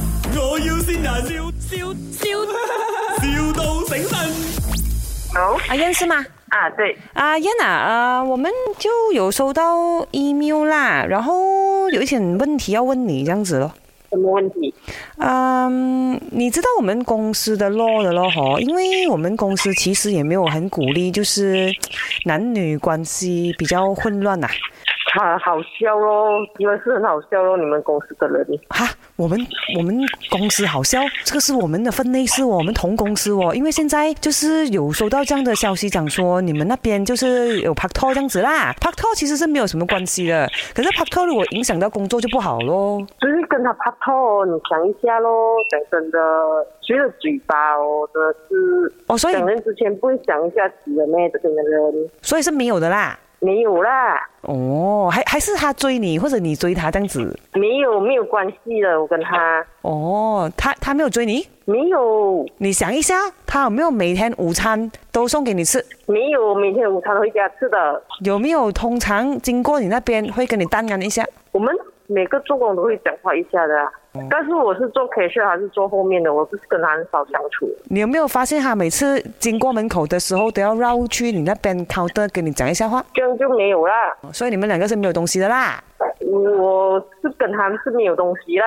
要先人，笑笑笑，,笑到醒神。哦，啊，燕是吗？啊，对，啊，燕啊，呃，我们就有收到 email 啦，然后有一些问题要问你这样子咯。什么问题？嗯，你知道我们公司的 law 的咯吼，因为我们公司其实也没有很鼓励，就是男女关系比较混乱呐、啊，好笑咯，你们是很好笑咯，你们公司的人。哈，我们我们公司好笑，这个是我们的分类是哦，我们同公司哦，因为现在就是有收到这样的消息，讲说你们那边就是有拍拖这样子啦，拍拖其实是没有什么关系的，可是拍拖如果影响到工作就不好咯。就是跟他拍拖、哦，你想一下咯。讲真的，谁的嘴巴哦，真的是。哦所以讲人之前不会想一下子的咩？这边的人所以是没有的啦。没有啦，哦，还还是他追你，或者你追他这样子。没有没有关系的，我跟他哦，他他没有追你，没有你想一下，他有没有每天午餐都送给你吃？没有，每天午餐回家吃的。有没有通常经过你那边会跟你淡然一下？我们每个做工都会讲话一下的啊、但是我是做 c a s h 还是做后面的，我不是跟他很少相处的。你有没有发现他每次经过门口的时候都要绕去你那边 counter 跟你讲一下话？这样就没有啦。所以你们两个是没有东西的啦，我是跟他是没有东西啦，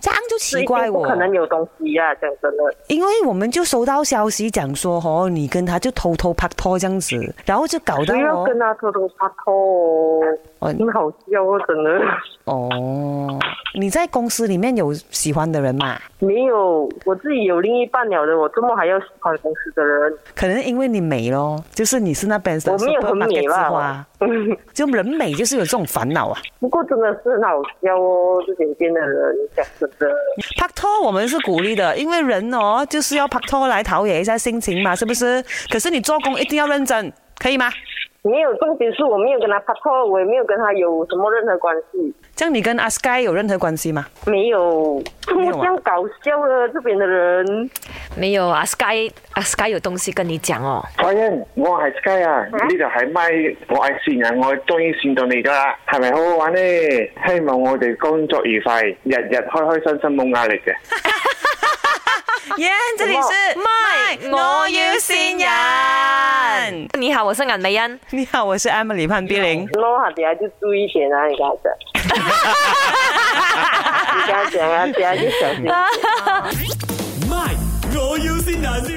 这样就奇怪是一定不我。可能有东西啊！讲真的，因为我们就收到消息讲说哦，你跟他就偷偷拍拖这样子，然后就搞到不要我跟他偷偷拍拖哦，哦很好笑哦，真的 哦，你在公司里面有喜欢的人嘛？没有，我自己有另一半了的，我怎么还要喜欢公司的人？可能因为你美咯，就是你是那边的我没有很美 supermarket 之啦花，。就人美就是有这种烦恼啊。不过真的是很好笑哦，这边边的人讲真的，拍拖我们是鼓励的，因为人哦就是要拍拖来陶冶一下心情嘛，是不是？可是你做工一定要认真，可以吗？没有重点是我没有跟他拍拖，我也没有跟他有什么任何关系，这样你跟阿 Sky 有任何关系吗？没有，怎没么有啊这样搞笑了？这边的人。没有啊，Sky 啊 Sky 有东西跟你讲哦。阿欣，我係 Sky 啊，呢度係咪我係善人，我終於善到你㗎啦，係咪好好玩呢？希望我哋工作愉快，日日開開心心，冇壓力嘅。耶、这里是麦，啊我要新人。你好，我是颜美欣。你好，我是 Emily 潘碧玲。 弄下，等下就注意一点啊！你跟他讲，你跟他讲啊，等下就小心。卖，我要先人，笑